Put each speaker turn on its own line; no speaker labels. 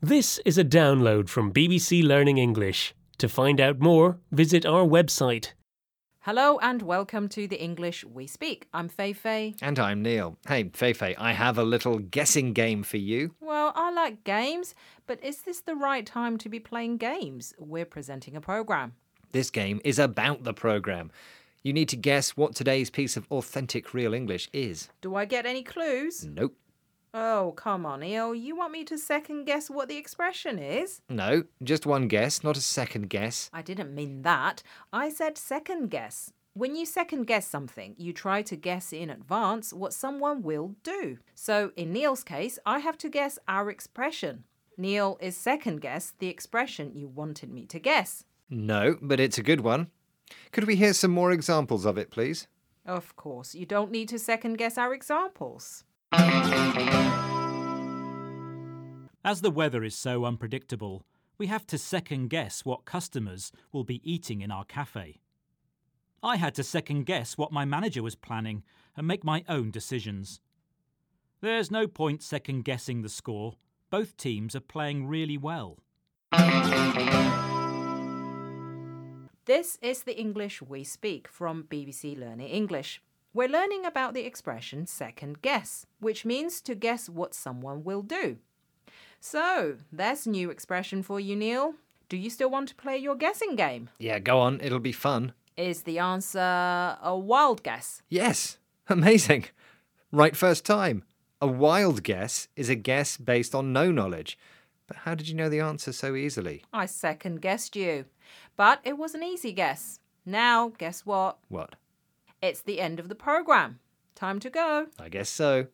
This is a download from BBC Learning English. To find out more, visit our website.
Hello and welcome to the English We Speak. I'm Fei Fei.
And I'm Neil. Hey, Feifei, I have a little guessing game for you.
Well, I like games, but is this the right time to be playing games? We're presenting a program.
This game is about the program. You need to guess what today's piece of authentic real English is.
Do I get any clues?
Nope.
Oh, come on, Neil. You want me to second guess what the expression is?
No, just one guess, not a second guess.
I didn't mean that. I said second guess. When you second guess something, you try to guess in advance what someone will do. So in Neil's case, I have to guess our expression. Neil is second guess the expression you wanted me to guess.
No, but it's a good one. Could we hear some more examples of it, please?
Of course, you don't need to second guess our examples.
As the weather is so unpredictable, we have to second guess what customers will be eating in our cafe. I had to second guess what my manager was planning and make my own decisions. There's no point second guessing the score. Both teams are playing really well.
This is the English we speak from BBC Learning English. We're learning about the expression second guess, which means to guess what someone will do. So, that's a new expression for you, Neil. Do you still want to play your guessing game?
Yeah, go on, it'll be fun.
Is the answer a wild guess?
Yes, amazing. Right first time. A wild guess is a guess based on no knowledge. But how did you know the answer so easily?
I second guessed you. But it was an easy guess. Now, guess what?
What?
It's the end of the program. Time to go.
I guess so.